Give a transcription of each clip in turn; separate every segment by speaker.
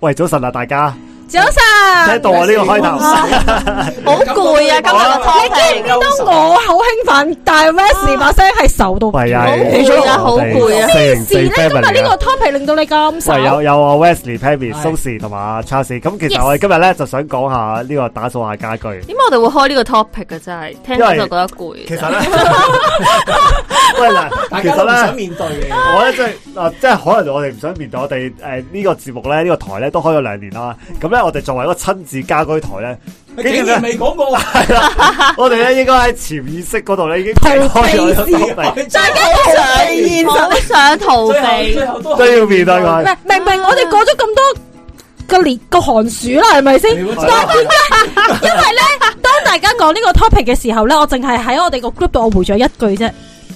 Speaker 1: 喂，早晨啊，大家
Speaker 2: 早晨
Speaker 1: 聽，到啊呢個開頭，
Speaker 2: 好攰啊！今日嘅 topic
Speaker 3: 你見唔見到我好興奮，但係 Wesley 把聲係受到
Speaker 1: 喂啊，
Speaker 2: 攰真係好攰啊
Speaker 1: 四零
Speaker 3: 事
Speaker 1: 四
Speaker 3: 咧，今日
Speaker 1: family
Speaker 3: 呢
Speaker 1: 啊
Speaker 3: 個 topic 令到你咁 受
Speaker 1: 喂， 有有啊，Wesley、Pammy、
Speaker 4: 係
Speaker 1: Susie 同埋阿 Charles。咁其
Speaker 2: Yes
Speaker 1: 實我哋今日咧就想講下呢個打掃下 家居。
Speaker 2: 點解我哋會開呢個 topic 嘅真係聽到就覺得攰。
Speaker 1: 其實咧，喂嗱，其
Speaker 4: 大家都
Speaker 1: 實
Speaker 4: 唔想
Speaker 1: 咧。
Speaker 4: 面對嘅。
Speaker 1: 我咧即係嗱，即係可能我哋唔想面對我哋誒呢個節目咧，呢、個台咧都開咗兩年啦。咁咧，我哋作為一個親子家居台咧，
Speaker 4: 竟然未講過，
Speaker 1: 我哋咧應該喺潛意識嗰度咧已經開咗 個 topic
Speaker 2: 大家好想現實，好想逃避
Speaker 4: 最。後都
Speaker 1: 都要面對
Speaker 3: 唔
Speaker 1: 佢。
Speaker 3: 係明明我哋過咗咁多個年個寒暑啦，係咪先？
Speaker 4: 你會
Speaker 3: 但係點解？因為咧，當大家講呢個 topic 嘅時候咧，我淨係喺我哋個 group 度，我回咗一句啫。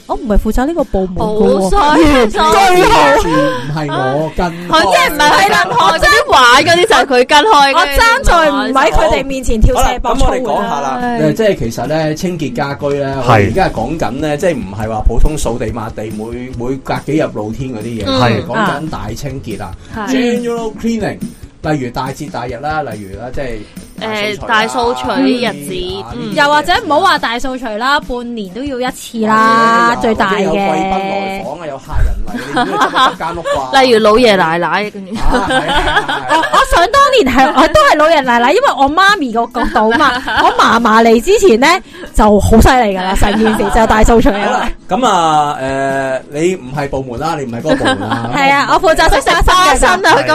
Speaker 3: 我唔係負責呢個部門
Speaker 2: 好
Speaker 3: 嘅喎，
Speaker 2: 衰，最
Speaker 4: 唔係我跟，
Speaker 2: 佢即係唔係喺任何嗰啲玩嗰啲就係佢跟開嘅。
Speaker 3: 我爭在唔喺佢哋面前跳
Speaker 4: 好啦，
Speaker 3: 射
Speaker 4: 咁
Speaker 3: 博
Speaker 4: 我哋
Speaker 3: 粗
Speaker 4: 講下啦，
Speaker 2: 唉
Speaker 4: 誒，即係其實咧，清潔家居咧，我
Speaker 1: 係
Speaker 4: 哋而家係講緊咧，即係唔係話普通掃地抹地，每每隔幾日露天嗰啲嘢，
Speaker 2: 嗯
Speaker 4: 係講
Speaker 3: 啊
Speaker 4: 緊大清潔啊
Speaker 2: 係
Speaker 4: ，general cleaning。例如大節大日啦，例如啦，即係
Speaker 2: 誒大掃除日子嗯
Speaker 3: 又或者唔好話大掃除啦，半年都要一次啦，最大
Speaker 4: 有貴賓
Speaker 3: 嘅
Speaker 4: 來。訪啊，有客人 嚟，你都要執一間屋啩。
Speaker 2: 例如老爺奶奶，跟住
Speaker 4: 啊，係啊係啊
Speaker 3: 我
Speaker 4: 係啊
Speaker 3: 哦我想當年係我都係老人奶奶，因為我媽咪個角度 嘛，我嫲嫲嚟之前咧就好犀利噶 啦，成件事就大掃除
Speaker 4: 好
Speaker 3: 啦。
Speaker 4: 啦。，咁啊，誒，你唔係部門啦，你唔係嗰個部門啦
Speaker 3: 係啊，我負責食花
Speaker 2: 花
Speaker 3: 生
Speaker 2: 生
Speaker 3: 嘅。
Speaker 2: 啊！佢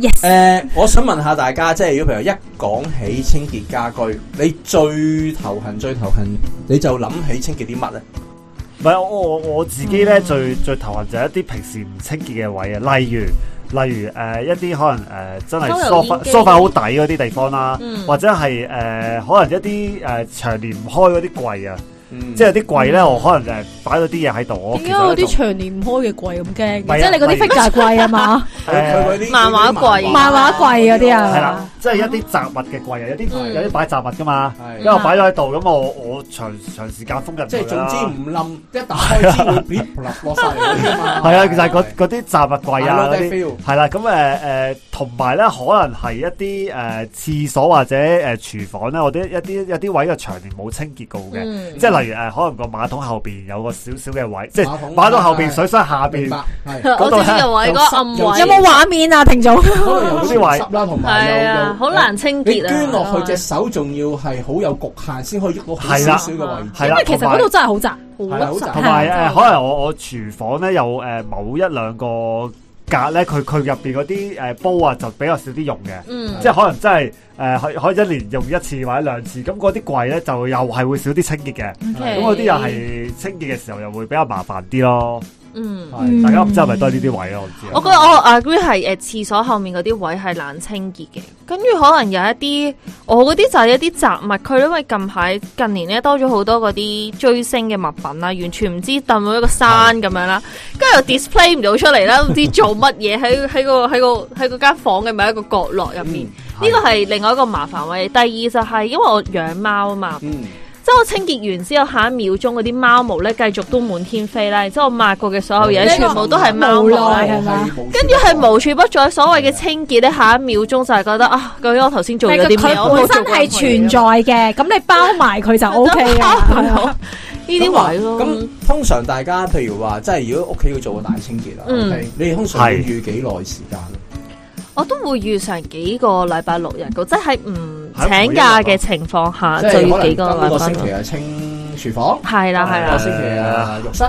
Speaker 2: 今日
Speaker 3: yes，
Speaker 4: 誒，我想問下大家，即係如果譬如一講起清潔家居，你最頭痕、最頭痕，你就諗起清潔啲乜咧？
Speaker 1: 唔係我我我自己咧最最頭痕就係一啲平時唔清潔嘅位啊，例如例如誒、呃一啲可能誒、呃真係
Speaker 2: 抽油
Speaker 1: 梳
Speaker 2: 煙
Speaker 1: 化
Speaker 2: 機
Speaker 1: 梳化好底嗰啲地方啦，
Speaker 2: 嗯
Speaker 1: 或者係誒、呃可能一啲誒、呃、長年唔開嗰啲櫃啊，
Speaker 4: 嗯
Speaker 1: 即係有啲櫃咧我可能誒擺咗啲嘢喺度，我其實咧就
Speaker 3: 長年唔開嘅櫃咁驚
Speaker 1: 唔係啊
Speaker 3: 即係你嗰啲
Speaker 1: 唔係
Speaker 3: figure 櫃啊嘛，
Speaker 4: 佢佢嗰啲
Speaker 2: 漫畫櫃
Speaker 3: 漫畫櫃嗰啲啊
Speaker 1: 呃係啦，即係一啲雜物嘅櫃啊，有啲
Speaker 2: 嗯
Speaker 1: 有啲擺雜物噶嘛，
Speaker 4: 係
Speaker 1: 因為我擺咗喺度，咁我我長長時間封印
Speaker 4: 即係
Speaker 1: 佢啦
Speaker 4: 總之唔 冧，一打開先會跌落晒嚟㗎嘛。
Speaker 1: 係啊，其實嗰嗰啲雜物櫃啊，
Speaker 4: I love
Speaker 1: 嗰
Speaker 4: that
Speaker 1: 啲
Speaker 4: feel
Speaker 1: 係啦，咁誒誒，同埋咧，可能係一啲誒廁所或者誒廚房咧，我啲一啲一啲位嘅長年冇清潔過嘅，
Speaker 2: 嗯
Speaker 1: 即係例如呃誒，可能個馬桶後邊有個少少嘅位，即係
Speaker 4: 馬桶
Speaker 1: 馬桶後邊
Speaker 4: 係
Speaker 1: 水箱下邊
Speaker 4: 明白，係
Speaker 2: 我知邊個位嗰個暗 位，
Speaker 3: 有冇畫面啊，聽眾？
Speaker 4: 可能有啲位濕啦，同埋
Speaker 2: 係
Speaker 4: 有
Speaker 2: 啊
Speaker 4: 有，
Speaker 2: 好難清
Speaker 4: 你
Speaker 2: 潔啊！
Speaker 4: 捐落去隻手，仲要係好有局限，先可以喐到好
Speaker 1: 係啦
Speaker 4: 少少嘅位置。
Speaker 1: 係啦，
Speaker 3: 其實
Speaker 1: 同埋
Speaker 3: 嗰度真係好窄，
Speaker 4: 係啦好窄
Speaker 1: 同埋呃誒，可能我我廚房咧有誒某一兩個格咧，佢佢入邊嗰啲誒煲啊就比較少啲用嘅。
Speaker 2: 嗯
Speaker 1: 即係可能真係誒，可以可以一年用一次或者兩次，咁嗰啲櫃咧就又係會少啲清潔嘅。咁嗰啲又係清潔嘅時候又會比較麻煩啲咯。
Speaker 2: 嗯。
Speaker 3: 嗯
Speaker 1: 大家唔知係咪都係呢啲位咯？我唔知
Speaker 2: 我
Speaker 1: 啊。
Speaker 2: 覺得我 agree 係誒呃廁所後面嗰啲位係難清潔嘅，跟住可能有一啲我嗰啲就係一啲雜物區，因為近排近年咧多咗好多嗰啲追星嘅物品啦，完全唔知抌咗一個山咁樣啦，跟住又 display 唔到出嚟啦，唔知做乜嘢喺喺個喺個喺嗰間房嘅某一個角落入面，呢個係另外一個麻煩位。第二就係因為我養貓啊嘛。
Speaker 4: 嗯。
Speaker 2: 即係我清潔完之後，下一秒鐘嗰啲貓毛咧繼續都滿天飛啦，然之後我抹過嘅所有嘢
Speaker 3: 呢個
Speaker 2: 全部都係貓毛啊
Speaker 3: 無
Speaker 2: 啦
Speaker 3: 奈。係嘛
Speaker 2: 跟住係無處不在，所謂嘅清潔咧，下一秒鐘就係覺得啊，究竟我頭先做咗啲咩？我
Speaker 3: 佢
Speaker 2: 冇
Speaker 3: 本身
Speaker 2: 做過
Speaker 3: 係存在嘅，啊咁你包埋佢就 O K
Speaker 2: 包
Speaker 3: 啦。
Speaker 2: 唔到呢啲位咯。
Speaker 4: 咁通常大家譬如話，即係如果屋企要做個大清潔啦，
Speaker 2: 嗯
Speaker 4: OK，你哋通常會
Speaker 1: 係
Speaker 4: 預幾耐時間？
Speaker 2: 我都會遇上幾個禮拜六日嘅，即係唔
Speaker 1: 係
Speaker 2: 請假嘅情況下，
Speaker 4: 啊即
Speaker 2: 就
Speaker 4: 係可
Speaker 2: 要
Speaker 4: 能
Speaker 2: 幾
Speaker 4: 今
Speaker 2: 個
Speaker 4: 個
Speaker 2: 禮拜
Speaker 4: 星期啊哦
Speaker 2: 六。
Speaker 4: 係清廚房，
Speaker 2: 係啦係
Speaker 4: 個
Speaker 2: 啦，
Speaker 4: 星期啊浴室，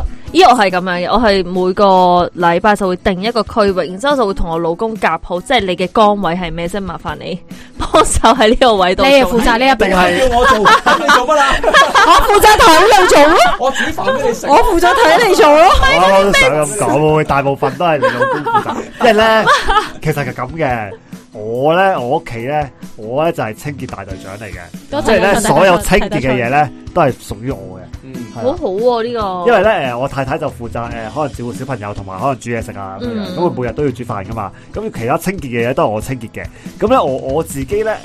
Speaker 2: 咦我係咁樣嘅，我係每個禮拜就會定一個區域，然之後就會同我老公夾好，即係你嘅崗位係咩啫？麻煩你幫手喺呢個位度
Speaker 3: 你
Speaker 2: 做。
Speaker 3: 係負責呢一部
Speaker 1: 定
Speaker 3: 分，
Speaker 1: 係
Speaker 4: 要 我做，咁你做乜啦？
Speaker 3: 我負責睇你做咯，
Speaker 4: 我煮飯俾你食
Speaker 3: 我。負責睇你做咯。
Speaker 1: 我啱啱都想咁講，會唔會大部分都係你老公負 責？因為咧，其實係咁嘅。我咧，我屋企咧，我咧就係清潔大隊長嚟嘅，即係咧所有清潔嘅嘢咧都係屬於我嘅。
Speaker 4: 嗯
Speaker 1: 係啊
Speaker 2: 好
Speaker 1: 啦
Speaker 2: 好喎呢個。
Speaker 1: 因為咧誒，我太太就負責誒，可能照顧小朋友同埋可能煮嘢食啊咁樣咁
Speaker 2: 嗯，
Speaker 1: 佢每日都要煮飯噶嘛，咁其他清潔嘅嘢都係我清潔嘅。咁咧我我自己咧誒、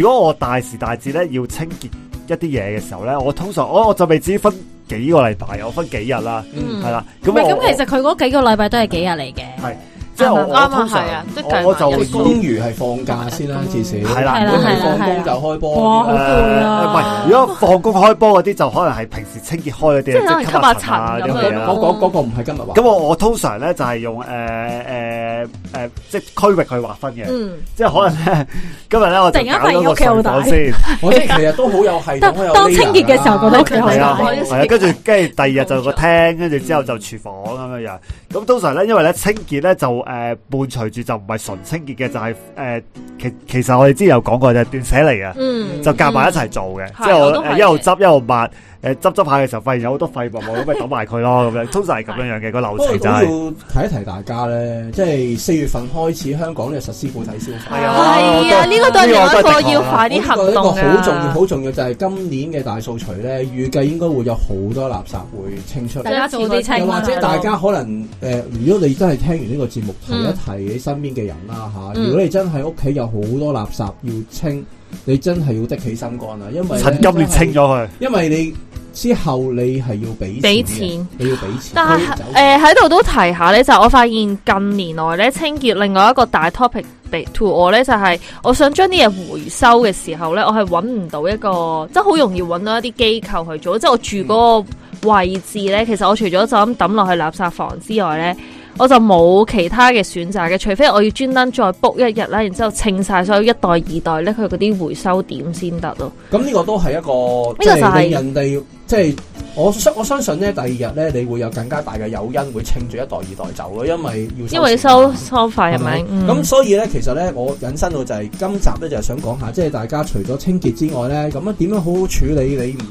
Speaker 1: 如果我大時大節咧要清潔一啲嘢嘅時候咧，我通常我我就未至於分幾個禮拜，我分幾日啦，
Speaker 2: 嗯
Speaker 1: 係啦。
Speaker 3: 唔
Speaker 1: 咁
Speaker 3: 係
Speaker 1: 我
Speaker 3: 咁，其實佢嗰幾個禮拜都係幾日嚟嘅。
Speaker 1: 係即係我
Speaker 2: 啱啊
Speaker 1: 我通常
Speaker 2: 係啊即係
Speaker 1: 我
Speaker 2: 計劃
Speaker 1: 我就
Speaker 2: 日
Speaker 1: 以
Speaker 2: 數
Speaker 1: 誒
Speaker 4: 公餘係放假先啦，至少
Speaker 1: 係啦
Speaker 4: 如果係放
Speaker 3: 係啦
Speaker 4: 工就開
Speaker 3: 哇
Speaker 4: 波
Speaker 3: 好。攰啊
Speaker 1: 呃唔係，如果放工開波嗰啲就可能係平時清潔開嗰啲，即
Speaker 2: 係可能
Speaker 1: 吸
Speaker 2: 吸
Speaker 1: 塵
Speaker 2: 下
Speaker 1: 啊
Speaker 2: 塵
Speaker 1: 啲
Speaker 2: 咁
Speaker 1: 嘢
Speaker 2: 樣
Speaker 1: 啦
Speaker 4: 嗰。嗰嗰個唔係今日話
Speaker 1: 咁。我我通常咧就係用誒誒誒，即係區域去劃分嘅，
Speaker 2: 嗯，
Speaker 1: 即係可能咧今日咧我就
Speaker 3: 突然間
Speaker 1: 搞
Speaker 3: 發現
Speaker 1: 咗個
Speaker 3: 屋企好
Speaker 1: 睡
Speaker 3: 大
Speaker 1: 房 先，
Speaker 4: 我哋其實都好有系統，
Speaker 3: 當
Speaker 4: 好有啊
Speaker 3: 當清潔嘅時候覺得屋企好
Speaker 1: 係
Speaker 3: 大
Speaker 1: 啊，
Speaker 2: 我要
Speaker 1: 係啊，跟住跟住第二日就個廳，跟住之後就廚房咁樣樣。咁通常咧，因為咧清潔咧就誒、呃伴隨住就唔係純清潔嘅，就係、呃其其實我哋之前有講過就係斷捨離嘅，
Speaker 2: 嗯，
Speaker 1: 就夾埋一齊做嘅，
Speaker 2: 係
Speaker 1: 即係
Speaker 2: 我都
Speaker 1: 我
Speaker 2: 係
Speaker 1: 誒
Speaker 2: 嘅
Speaker 1: 一路執一路抹。誒執執下嘅時候，發現有好多廢物，我咁咪抌埋佢咯，咁樣通常係咁樣樣嘅個流
Speaker 4: 不過
Speaker 1: 程
Speaker 4: 都
Speaker 1: 就
Speaker 4: 要
Speaker 1: 係、
Speaker 4: 提一提大家咧，即係四月份開始，香港呢實施固體消費。
Speaker 1: 係啊
Speaker 2: 係啊，呢個對另一個要快啲
Speaker 3: 啊
Speaker 2: 行動啊
Speaker 4: 我覺得一個好重要、
Speaker 2: 噶。
Speaker 4: 好重要就係今年嘅大掃除咧，預計應該會有好多垃圾會清出嚟
Speaker 3: 大。家早啲
Speaker 2: 係
Speaker 4: 又
Speaker 3: 清
Speaker 4: 或
Speaker 3: 啦，
Speaker 4: 者大家可能誒、呃如果你真係聽完呢個節目，提
Speaker 2: 嗯
Speaker 4: 一提你身邊嘅人啦嚇。
Speaker 2: 嗯
Speaker 4: 如果你真係屋企有好多垃圾要清，你真係要的起心肝啦，因為
Speaker 1: 趁今年清咗
Speaker 4: 咗，
Speaker 1: 佢。
Speaker 4: 因為你之後你係要俾
Speaker 2: 俾
Speaker 4: 錢嘅
Speaker 2: 錢
Speaker 4: 你要俾錢。
Speaker 2: 但係誒喺度都提下咧，就我發現近年來咧清潔另外一個大 topic 俾 to 我咧，就係我想將啲嘢回收嘅時候咧，我係揾唔到一個，即係好容易揾到一啲機構去做。即係我住嗰個位置咧，其實我除咗就咁抌落去垃圾房之外咧。我就冇其他嘅選擇嘅，除非我要專登再 book 一日啦，然之後清晒所有一袋二袋咧，佢嗰啲回收點先得咯。
Speaker 4: 咁呢個都係一個，
Speaker 2: 呢個
Speaker 4: 即
Speaker 2: 就係
Speaker 4: 係令人哋即係我相我相信咧，第二日咧，你會有更加大嘅誘因會稱住一袋二袋走咯，因為要
Speaker 2: 因
Speaker 4: 錢啊
Speaker 2: 為收收費係咪？嗯
Speaker 4: 咁所以咧，其實咧，我引申到就係、今集咧，就係、想講下，即係大家除咗清潔之外咧，咁樣點樣好好處理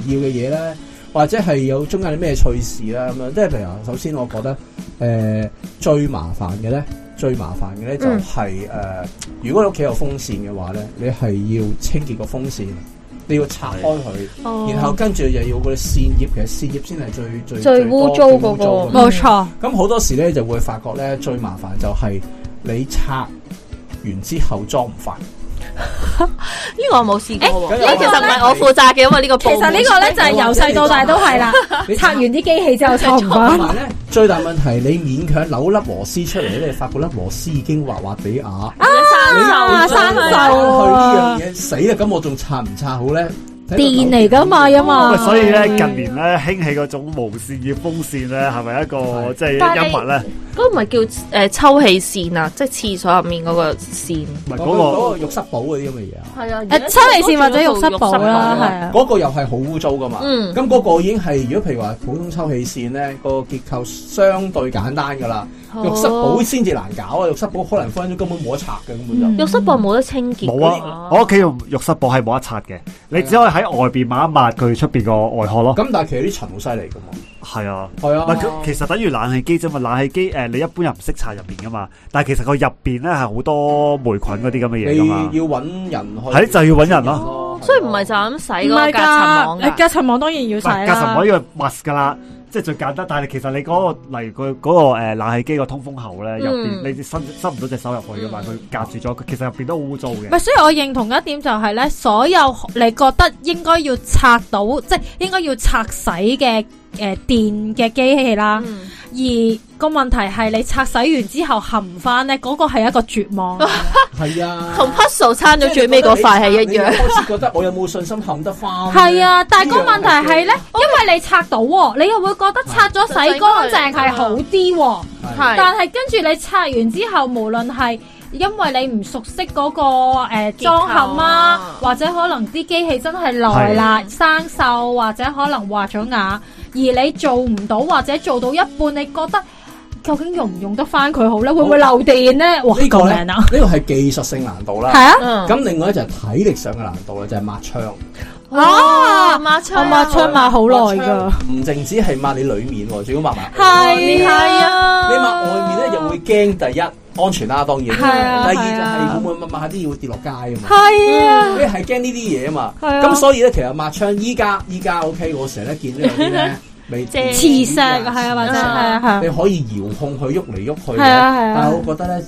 Speaker 4: 你唔要嘅嘢咧，或者係有中間啲咩趣事啦咁樣。即係譬如話，首先我覺得誒、呃最麻煩嘅咧，最麻煩嘅咧就
Speaker 2: 嗯
Speaker 4: 係、誒、如果你屋企有風扇嘅話咧，你係要清潔個風扇，你要拆開佢，
Speaker 2: 哦
Speaker 4: 然後跟住又要嗰啲扇葉，其實扇葉先係最最
Speaker 2: 最污糟
Speaker 4: 多
Speaker 2: 嗰
Speaker 4: 污糟
Speaker 2: 個
Speaker 3: 冇錯，
Speaker 4: 咁好多時咧就會發覺咧最麻煩就係你拆完之後裝唔 翻。
Speaker 2: 呢個我冇試過喎，
Speaker 4: 誒
Speaker 2: 呢個其實唔係我負責嘅，因為呢個
Speaker 3: 其
Speaker 2: 部
Speaker 3: 實呢個咧就係由細到大都係啦，
Speaker 4: 你
Speaker 3: 拆完啲機器之後抽唔
Speaker 4: 同
Speaker 3: 翻，
Speaker 4: 埋咧最大問題，你勉強扭粒螺絲出嚟咧，你發覺粒螺絲已經滑滑地牙。
Speaker 3: 啊
Speaker 2: 啊
Speaker 3: 生鏽
Speaker 4: 翻
Speaker 3: 啊
Speaker 4: 去呢樣嘢死啦！咁我仲拆唔拆好咧？
Speaker 3: 電嚟㗎嘛，因
Speaker 1: 喂
Speaker 3: 為
Speaker 1: 所以咧，近年咧興起嗰種無線要風扇咧，係咪一個
Speaker 4: 係
Speaker 1: 即係
Speaker 2: 但係
Speaker 1: 陰物咧？
Speaker 2: 嗰個唔係叫誒抽氣扇啊，即係廁所入面嗰個扇。
Speaker 1: 唔係
Speaker 4: 嗰個
Speaker 1: 嗰
Speaker 4: 嗰個浴室寶嗰啲咁嘅嘢啊。
Speaker 2: 係啊，
Speaker 3: 誒抽氣扇或者浴室寶啦，係啊，
Speaker 4: 嗰個又係好污糟噶嘛。
Speaker 2: 嗯
Speaker 4: 咁嗰個已經係如果譬如話普通抽氣扇咧，個結構相對簡單噶啦。浴室寶先至難搞啊！浴室寶可能分分鐘根本冇得拆嘅，根本就。
Speaker 3: 嗯
Speaker 2: 浴室部冇得清潔。
Speaker 1: 冇啊！我屋企用浴室布係冇得擦嘅，你只可以喺外邊抹一抹佢出邊個外殼咯。
Speaker 4: 啊咁但係其實啲塵好犀利噶嘛，
Speaker 1: 係啊，
Speaker 4: 係
Speaker 1: 唔係
Speaker 4: 啊，
Speaker 1: 佢其實等於冷氣機啫嘛。冷氣機誒，你一般又唔識擦入邊噶嘛，但係其實佢入邊咧係好多霉菌嗰啲咁嘅
Speaker 4: 你
Speaker 1: 嘢噶嘛。
Speaker 4: 要揾人去，
Speaker 1: 係就要揾人咯。
Speaker 4: 咯
Speaker 2: 所以唔係就咁洗
Speaker 3: 唔
Speaker 2: 嗰個
Speaker 3: 係
Speaker 2: 隔塵網
Speaker 3: 㗎，
Speaker 2: 㗎
Speaker 3: 誒。隔塵網當然要
Speaker 1: 唔
Speaker 3: 洗
Speaker 1: 係隔塵網
Speaker 3: 啦，
Speaker 1: 呢個 must 噶啦，即係最簡單。但係其實你嗰、個例如佢嗰個誒冷氣機個通風口咧，入邊
Speaker 2: 嗯
Speaker 1: 你伸伸唔到隻手入去噶嘛，佢夾住咗，其實入邊都好污糟嘅
Speaker 3: 唔。係，所以我認同一點就係咧，所有你覺得應該要拆到，即係應該要拆洗嘅誒電嘅機器啦，
Speaker 2: 嗯
Speaker 3: 而個問題係你拆洗完之後含唔翻咧，嗰個係一個絕 望。
Speaker 4: 係啊，
Speaker 2: 同 puzzle 撐咗最尾嗰塊係一樣。
Speaker 4: 你開始覺得我有冇信心冚得翻？
Speaker 3: 係啊，但係個問題係咧，因為你拆到喎，你又會覺得拆咗洗乾淨係好啲喎，
Speaker 4: 係，
Speaker 2: 係，
Speaker 3: 但係跟住你拆完之後，無論係因為你唔熟悉嗰、個誒裝嵌啊，
Speaker 2: 結構
Speaker 3: 或者可能啲機器真係耐啦、生鏽或者可能滑咗牙，而你做唔到或者做到一半，你覺得究竟用唔用得翻佢好咧？會唔會漏電咧？哇，
Speaker 4: 呢
Speaker 3: 救
Speaker 4: 個咧，
Speaker 3: 命
Speaker 4: 呢
Speaker 3: 啊！
Speaker 4: 個係技術性難度
Speaker 3: 係
Speaker 4: 啦。
Speaker 3: 啊，
Speaker 2: 嗯
Speaker 4: 咁另外咧就係體力上嘅難度啦，就係抹窗。
Speaker 3: 啊
Speaker 2: 哦抹槍
Speaker 3: 我抹窗抹啊好耐
Speaker 4: 窗
Speaker 3: 噶，
Speaker 4: 啊唔淨止係抹你裏面喎，仲要抹埋。
Speaker 3: 係
Speaker 4: 你
Speaker 3: 啊，
Speaker 4: 抹外面咧又會驚，第一安全啦，當然。
Speaker 3: 係啊
Speaker 4: 第
Speaker 3: 係
Speaker 4: 二就係
Speaker 3: 啊
Speaker 4: 會唔會抹抹下啲嘢會跌落街啊 嘛。
Speaker 3: 係啊。
Speaker 4: 你係驚呢啲嘢啊嘛。
Speaker 3: 係啊
Speaker 4: 咁所以咧，其實抹窗依家依家 OK，我成日咧見到有啲 咧未
Speaker 2: 遮
Speaker 3: 磁石啊，係啊，或者係啊，係啊
Speaker 4: 你可以遙控佢喐嚟喐去嘅。
Speaker 3: 係啊係啊
Speaker 4: 但係我覺得咧，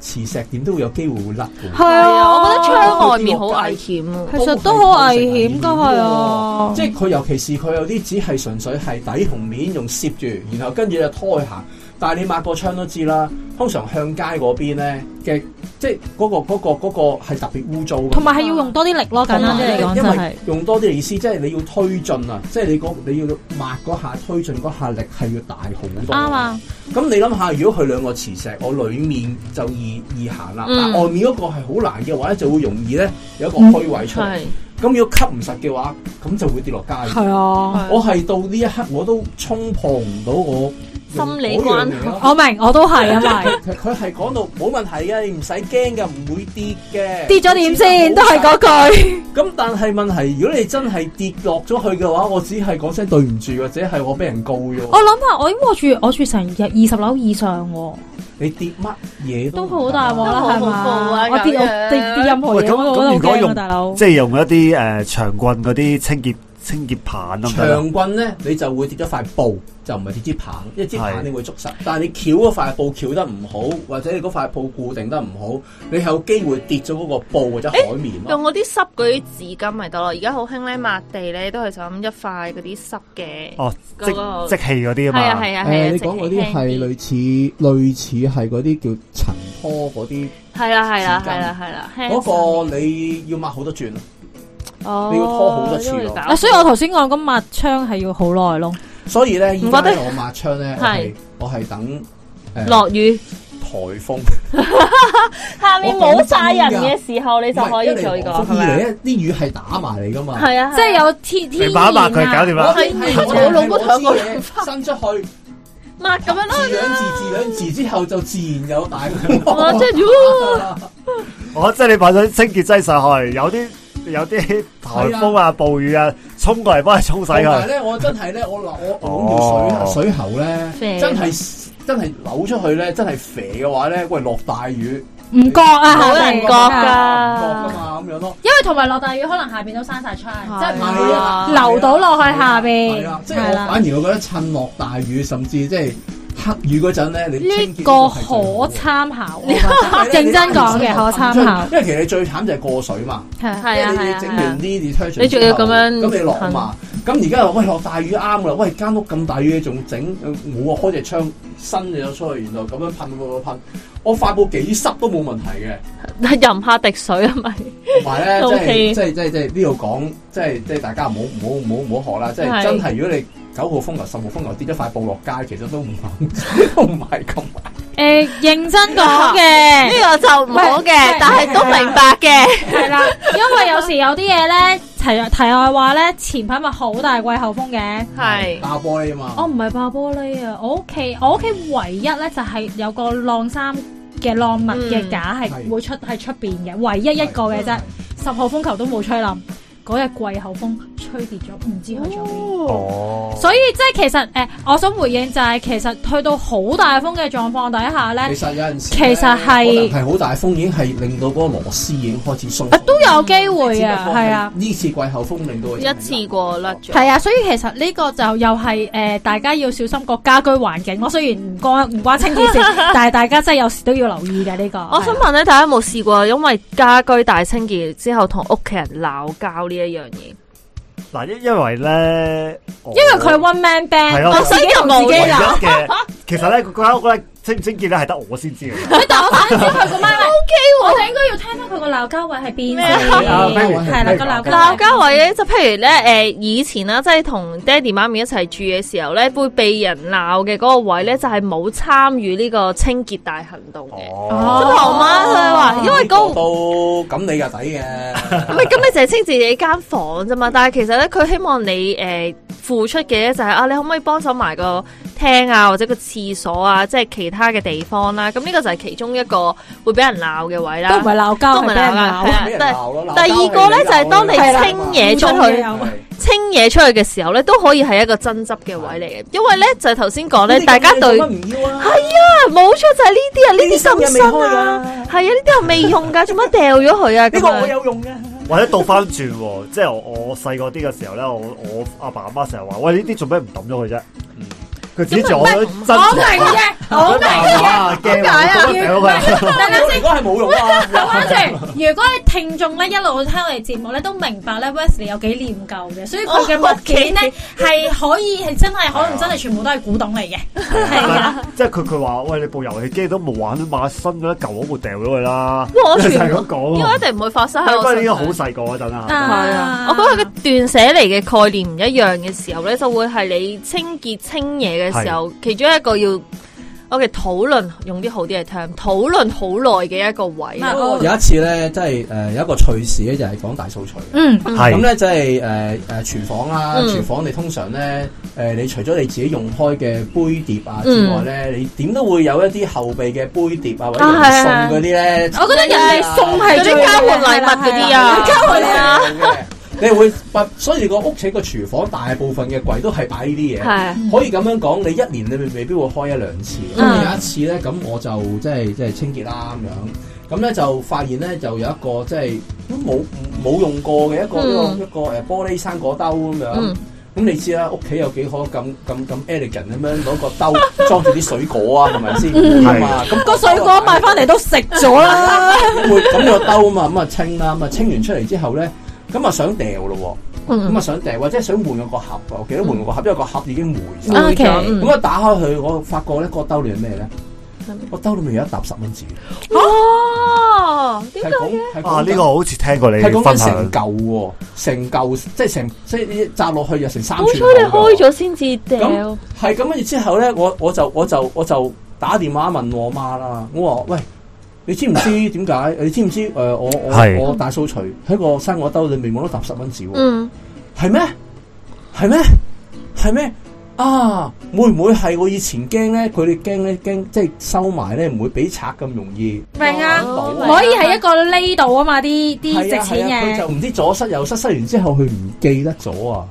Speaker 4: 磁石點都會有機會會甩嘅。
Speaker 3: 係
Speaker 2: 係啊，我覺得
Speaker 3: 窗
Speaker 2: 窗外面好危險啊。
Speaker 3: 其實都好危險噶，係啊，
Speaker 4: 即係佢尤其是佢有啲只係純粹係底同面用攝住，然後跟住就拖佢行。但係你抹過窗都知啦，通常向街嗰邊咧嘅，即係嗰、個嗰、個嗰、個係特別污糟嘅。
Speaker 3: 同埋係要用多啲力咯，簡單啲嚟講
Speaker 4: 因
Speaker 3: 就
Speaker 4: 為
Speaker 3: 係。
Speaker 4: 用多啲意思，即係你要推進啊，即係你嗰你要抹嗰下推進嗰下力係要大好多。
Speaker 3: 啱！啊，
Speaker 4: 咁你諗下，如果佢兩個磁石，我裡面就易易行啦，
Speaker 2: 嗯
Speaker 4: 但外面嗰個係好難嘅話咧，就會容易咧有一個
Speaker 3: 嗯
Speaker 4: 虛位出嚟。
Speaker 2: 係
Speaker 4: 咁如果吸唔實嘅話，咁就會跌落街。
Speaker 3: 係啊，
Speaker 2: 係
Speaker 4: 我係到呢一刻我都衝破唔到我
Speaker 2: 心理關口
Speaker 4: 口。
Speaker 3: 我明，我都係因 為
Speaker 4: 佢佢係講到冇問題嘅，你唔使驚嘅，唔會跌嘅。
Speaker 3: 跌咗點先，都係嗰 句。
Speaker 4: 咁但係問題，如果你真係跌落咗去嘅話，我只係講聲對唔住，或者係我俾人告啫喎。
Speaker 3: 我諗下，我因為我住我住成日二十樓以上喎，
Speaker 4: 你跌乜嘢
Speaker 3: 都
Speaker 4: 都啊
Speaker 3: 好大鑊啊啦，
Speaker 2: 都好
Speaker 3: 係
Speaker 2: 恐怖
Speaker 3: 嘛
Speaker 2: 啊？
Speaker 3: 我跌我
Speaker 2: 咁樣
Speaker 3: 跌跌任何
Speaker 1: 喂
Speaker 3: 嘢，
Speaker 1: 咁
Speaker 3: 我都好
Speaker 1: 咁如果
Speaker 3: 驚啊，
Speaker 1: 用
Speaker 3: 大佬。
Speaker 1: 即係用一啲诶长棍嗰啲清潔清潔棒咁樣啦
Speaker 4: 長棍咧，你就會跌咗塊布，就唔係跌支棒，因為支
Speaker 1: 係
Speaker 4: 棒你會捉實。但係你翹嗰塊布翹得唔好，或者你嗰塊布固定得唔好，你係有機會跌咗嗰個布或者海綿咯。
Speaker 2: 用嗰啲濕嗰啲紙巾咪得咯，而家好興咧抹地咧，都係就咁一塊嗰啲濕嘅，
Speaker 1: 哦，即
Speaker 2: 嗰個
Speaker 1: 即氣嗰啲啊
Speaker 2: 係啊
Speaker 1: 嘛，
Speaker 2: 係啊
Speaker 4: 誒
Speaker 2: 係啊，
Speaker 4: 你講嗰啲係類似類似係嗰啲叫塵拖嗰啲，
Speaker 2: 係啦係啦
Speaker 4: 紙巾
Speaker 2: 係啦係啦，
Speaker 4: 嗰個你要抹好多轉，啊
Speaker 2: 哦
Speaker 4: 你要拖好多次咯
Speaker 2: 因為搞
Speaker 3: 啊所以我頭先講咁抹窗係要好耐咯，
Speaker 4: 所以咧依
Speaker 2: 唔
Speaker 4: 家
Speaker 2: 覺得
Speaker 4: 咧我抹窗咧，我係
Speaker 2: 係
Speaker 4: 我係等誒
Speaker 2: 落雨
Speaker 4: 颱風。
Speaker 2: 下面冇晒人嘅時候，你
Speaker 4: 你
Speaker 2: 就可以做呢個係咪啊？
Speaker 4: 二嚟咧，啲雨係打埋嚟噶嘛。
Speaker 2: 係啊，
Speaker 3: 即係有天天
Speaker 1: 你把
Speaker 3: 然啊
Speaker 1: 把佢搞掂
Speaker 4: 我
Speaker 1: 啦，
Speaker 2: 係
Speaker 4: 係
Speaker 2: 我老公
Speaker 4: 我
Speaker 2: 兩
Speaker 4: 知
Speaker 2: 個
Speaker 4: 嘢伸出 去，
Speaker 2: 抹咁樣
Speaker 4: 自
Speaker 2: 咯。
Speaker 4: 兩字自兩字之後就自然有大嘅。
Speaker 2: 哇！即係如
Speaker 1: 我即係你買咗清潔劑上去，有啲有啲颱風啊、暴雨啊，衝過嚟幫你沖洗
Speaker 4: 同埋
Speaker 1: 佢，
Speaker 4: 咧，我真係咧，我我我
Speaker 1: 哦
Speaker 4: 攞條水水喉咧，
Speaker 2: 啡
Speaker 4: 真係真係扭出去咧，真係肥嘅話咧，喂落大雨，
Speaker 3: 唔覺啊，
Speaker 2: 好
Speaker 3: 係咪
Speaker 2: 難
Speaker 4: 唔
Speaker 2: 覺
Speaker 4: 覺
Speaker 2: 㗎
Speaker 4: 噶。嘛咁樣咯。
Speaker 3: 因為同埋落大雨，可能下邊都閂晒窗，
Speaker 2: 係
Speaker 3: 即係唔會
Speaker 4: 係啊
Speaker 3: 流到落去下
Speaker 4: 係
Speaker 3: 邊
Speaker 4: 啊，，即係
Speaker 3: 係
Speaker 4: 我
Speaker 3: 啦。
Speaker 4: 反而我覺得趁落大雨，甚至即係黑雨嗰陣咧，你清
Speaker 3: 呢
Speaker 4: 潔
Speaker 3: 個
Speaker 4: 都係
Speaker 3: 可
Speaker 4: 最好嘅
Speaker 3: 參考，我覺 得認真講嘅可參考。
Speaker 4: 因為其實你啊最慘就係過水嘛。
Speaker 3: 係
Speaker 2: 係啊
Speaker 4: 即係你
Speaker 2: 係啊
Speaker 4: 整
Speaker 2: 係啊
Speaker 4: 完，啲 detergent，
Speaker 2: 你仲要咁樣
Speaker 4: 咁你落啊嘛？咁而家話喂落大雨啱噶啦，喂間屋咁大雨你仲整，我啊開隻窗伸咗出去，然後咁樣噴噴噴，我塊布幾濕都冇問題嘅。
Speaker 2: 係淋下滴水啊咪。
Speaker 4: 同 埋咧，即係
Speaker 2: OK
Speaker 4: 即係即係即係呢度講，即係即係大家唔好唔好唔好唔好學啦！即係
Speaker 2: 係
Speaker 4: 真係，如果你九號風球、十號風球跌咗塊布落街，其實都唔 都唔係咁。
Speaker 3: 誒，認真講嘅。
Speaker 2: 呢個就唔好
Speaker 3: 喂喂
Speaker 2: 嘅，但係都明白嘅。
Speaker 3: 系啦，因為有時有啲嘢咧，題題外話咧，前排咪好大季候風嘅。哦
Speaker 2: 係
Speaker 4: 打玻璃啊嘛。
Speaker 3: 我唔係爆玻璃啊，我屋企我屋企唯一咧就係有個晾衫嘅晾物嘅架係
Speaker 4: 係
Speaker 3: 會出喺出邊嘅，唯一一個嘅啫。十號風球都冇吹冧，嗰日季候風吹跌咗，唔知去咗邊。
Speaker 1: 哦，
Speaker 3: 所以即係其實诶、呃我想回應就係其實去到好大風嘅狀況底下咧
Speaker 4: 其，實有陣時
Speaker 3: 其實係
Speaker 4: 係好大風，已經係令到嗰個螺絲已經開始鬆。
Speaker 3: 啊都有機會啊，
Speaker 4: 只不過
Speaker 3: 係啊。
Speaker 4: 呢次季候風令到佢
Speaker 2: 一次過甩咗。
Speaker 3: 係啊，所以其實呢個就又係诶、呃大家要小心個家居環境咯。雖然唔關唔關清潔 事，但係大家真係有時都要留意嘅呢、個。
Speaker 2: 我想問咧，大家有冇試過因為家居大清潔之後同屋企人鬧交呢一樣嘢？
Speaker 1: 嗱，因因為咧，因
Speaker 3: 因為佢係 one
Speaker 1: 係
Speaker 3: man band，
Speaker 1: 咯
Speaker 3: 我自己同自己
Speaker 1: 唯一
Speaker 3: 鬧。
Speaker 1: 嘅， 其實咧佢間屋咧清唔清潔咧係得我先知 嘅。
Speaker 3: 喂但我想知佢個媽 O K 我哋應該要聽翻佢個鬧交位係邊
Speaker 2: 咩
Speaker 3: 先。
Speaker 1: 啊咩
Speaker 3: 係啦，
Speaker 1: 咩
Speaker 3: 個鬧
Speaker 2: 鬧
Speaker 3: 交
Speaker 2: 交位咧，就譬如咧，诶、以前啦，即係同爹哋媽咪一齊住嘅時候咧，會被人鬧嘅嗰個位咧，就係冇參與呢個清潔大行動嘅。
Speaker 1: 哦，
Speaker 2: 即係我媽佢話，因為嗰
Speaker 4: 都咁你又抵 嘅。
Speaker 2: 唔係咁，你淨係清自己間房啫嘛。但係其實咧，佢希望你诶、呃付出嘅咧就係啊，你可唔可以幫手埋個廳啊，或者個廁所啊，即係其他嘅地方啦、咁呢個就係其中一個會俾人鬧嘅位啦。
Speaker 3: 都唔係鬧交，
Speaker 2: 都
Speaker 3: 係
Speaker 2: 唔
Speaker 3: 俾人
Speaker 2: 係鬧交
Speaker 3: 鬧
Speaker 2: 係。啊
Speaker 4: 俾人鬧咯
Speaker 2: 第二個咧就係當你
Speaker 3: 係啦
Speaker 2: 清嘢出去。清嘢出去嘅時候咧，都可以係一個爭執嘅位嚟嘅，因為咧就係頭先講咧，大家對
Speaker 4: 唔要啊，
Speaker 2: 啊嗯哎冇錯就係呢啲啊，呢啲
Speaker 4: 呢啲新
Speaker 2: 心
Speaker 4: 嘢未
Speaker 2: 身
Speaker 4: 開啊
Speaker 2: 啊，係啊，呢啲係未用㗎，做乜掉咗佢啊？
Speaker 4: 呢
Speaker 2: 咁
Speaker 4: 個我
Speaker 2: 樣
Speaker 4: 有用嘅。
Speaker 1: 或者倒翻轉喎，
Speaker 3: 嗯
Speaker 1: 即係我我細個啲嘅時候咧，我我阿爸阿媽成日話：喂，呢啲做咩唔抌咗佢啫？佢指住我真
Speaker 3: 我明嘅，我 明嘅。
Speaker 1: 啊，驚啊
Speaker 3: 點解啊
Speaker 1: 我覺得屌
Speaker 3: 等陣先
Speaker 4: 如果係冇用
Speaker 3: 等
Speaker 4: 啊，
Speaker 3: 陣先，如果係聽眾咧一路聽我哋節目咧，都明白咧 Wesley 有幾念舊嘅，所以佢嘅物 件咧係可以係真係可能真係全部都係古董嚟嘅，係
Speaker 1: 係
Speaker 3: 啊。
Speaker 1: 啊即係佢佢話喂你部遊戲機都冇玩，買新嗰一舊嗰部掉咗佢啦。
Speaker 2: 哇我
Speaker 1: 就
Speaker 2: 全
Speaker 1: 係咁講
Speaker 2: 因
Speaker 1: 啊
Speaker 2: 為一。定唔會發生喺
Speaker 1: 不
Speaker 2: 我
Speaker 1: 過已
Speaker 2: 身
Speaker 1: 經
Speaker 2: 上
Speaker 1: 好。細個嗰陣啦。
Speaker 2: 係
Speaker 3: 啊
Speaker 2: 啊，我覺得佢斷捨離嘅概念唔一樣嘅時候咧，就會係你清潔清嘢嘅時候，其中一個要我哋討論，用啲好啲嘅 term，討論好耐嘅一個位
Speaker 3: 啊
Speaker 2: 咯。
Speaker 4: 有一次咧，即係誒有一個趣事咧，就係講大掃除嘅。
Speaker 3: 嗯，
Speaker 1: 係
Speaker 4: 咁咧即係誒誒廚房啦，
Speaker 2: 嗯
Speaker 4: 廚房你通常咧誒，你除咗你自己用開嘅杯碟啊之外咧，你點都會有一啲後備嘅杯碟啊，或者人哋送嗰啲咧。
Speaker 3: 我覺得人哋送係最
Speaker 2: 嗰啲交換禮物嗰啲啊
Speaker 3: 交換禮物
Speaker 2: 啊
Speaker 4: 你會不，所以個屋企個廚房大部分嘅櫃都係擺呢啲嘢。
Speaker 2: 係
Speaker 4: 可以咁樣講，你一年你未必會開一兩次。咁
Speaker 2: 嗯
Speaker 4: 有一次咧，咁我就即係即係清潔啦咁樣。咁咧就發現咧，就有一個即係都冇冇用過嘅一個一
Speaker 2: 嗯
Speaker 4: 個一個誒玻璃生果兜咁樣。
Speaker 2: 嗯
Speaker 4: 咁你知啦，屋企有幾可咁咁咁 elegant 咁樣攞個兜 裝住啲水果啊，係咪先？係嘛？咁
Speaker 5: 個水果買翻嚟都食咗啦，
Speaker 4: 會咁個兜啊嘛，咁啊清啦，咁啊清完出嚟之後咧，咁啊想掉咯喎，咁啊
Speaker 2: 嗯
Speaker 4: 想掉或者想換個盒啊，我記得換個盒，因為個盒已經霉晒。
Speaker 2: 啊
Speaker 5: ，OK
Speaker 2: 咁嗯
Speaker 4: 咁啊打開佢，我發覺咧個兜裏係咩咧？個兜裏面有一沓十蚊紙，
Speaker 2: 哦，點
Speaker 4: 係
Speaker 2: 解？
Speaker 4: 講係
Speaker 1: 啊，
Speaker 4: 講
Speaker 1: 呢個我好似聽過你
Speaker 4: 係講
Speaker 1: 分
Speaker 4: 緊
Speaker 1: 享
Speaker 4: 成。嚿喎，成嚿即係成即係扎落去又成三
Speaker 2: 好
Speaker 4: 寸
Speaker 2: 彩
Speaker 4: 厚
Speaker 2: 哦你
Speaker 4: 㗎
Speaker 2: 開咗先至
Speaker 4: 咁
Speaker 2: 掉。
Speaker 4: 係咁，跟住之後咧，我我就我就我就打電話問我媽啦。我話：喂，你知唔知點解？你知唔知誒、呃我
Speaker 1: 係
Speaker 4: 我我大掃除喺個生果兜裏面我都搭十蚊紙喎，
Speaker 2: 嗯，
Speaker 4: 係咩、係咩？係咩？啊，會唔會係我以前驚咧？佢哋驚咧，驚即係收埋咧，唔會俾賊咁容易。
Speaker 3: 明啊，
Speaker 4: 哦
Speaker 3: 唔可以係一個呢度啊嘛，啲啲
Speaker 4: 係啊
Speaker 3: 值
Speaker 4: 係啊，佢
Speaker 3: 錢
Speaker 4: 就
Speaker 3: 嘢。
Speaker 4: 唔知左塞右塞，塞完之後佢唔記得咗啊！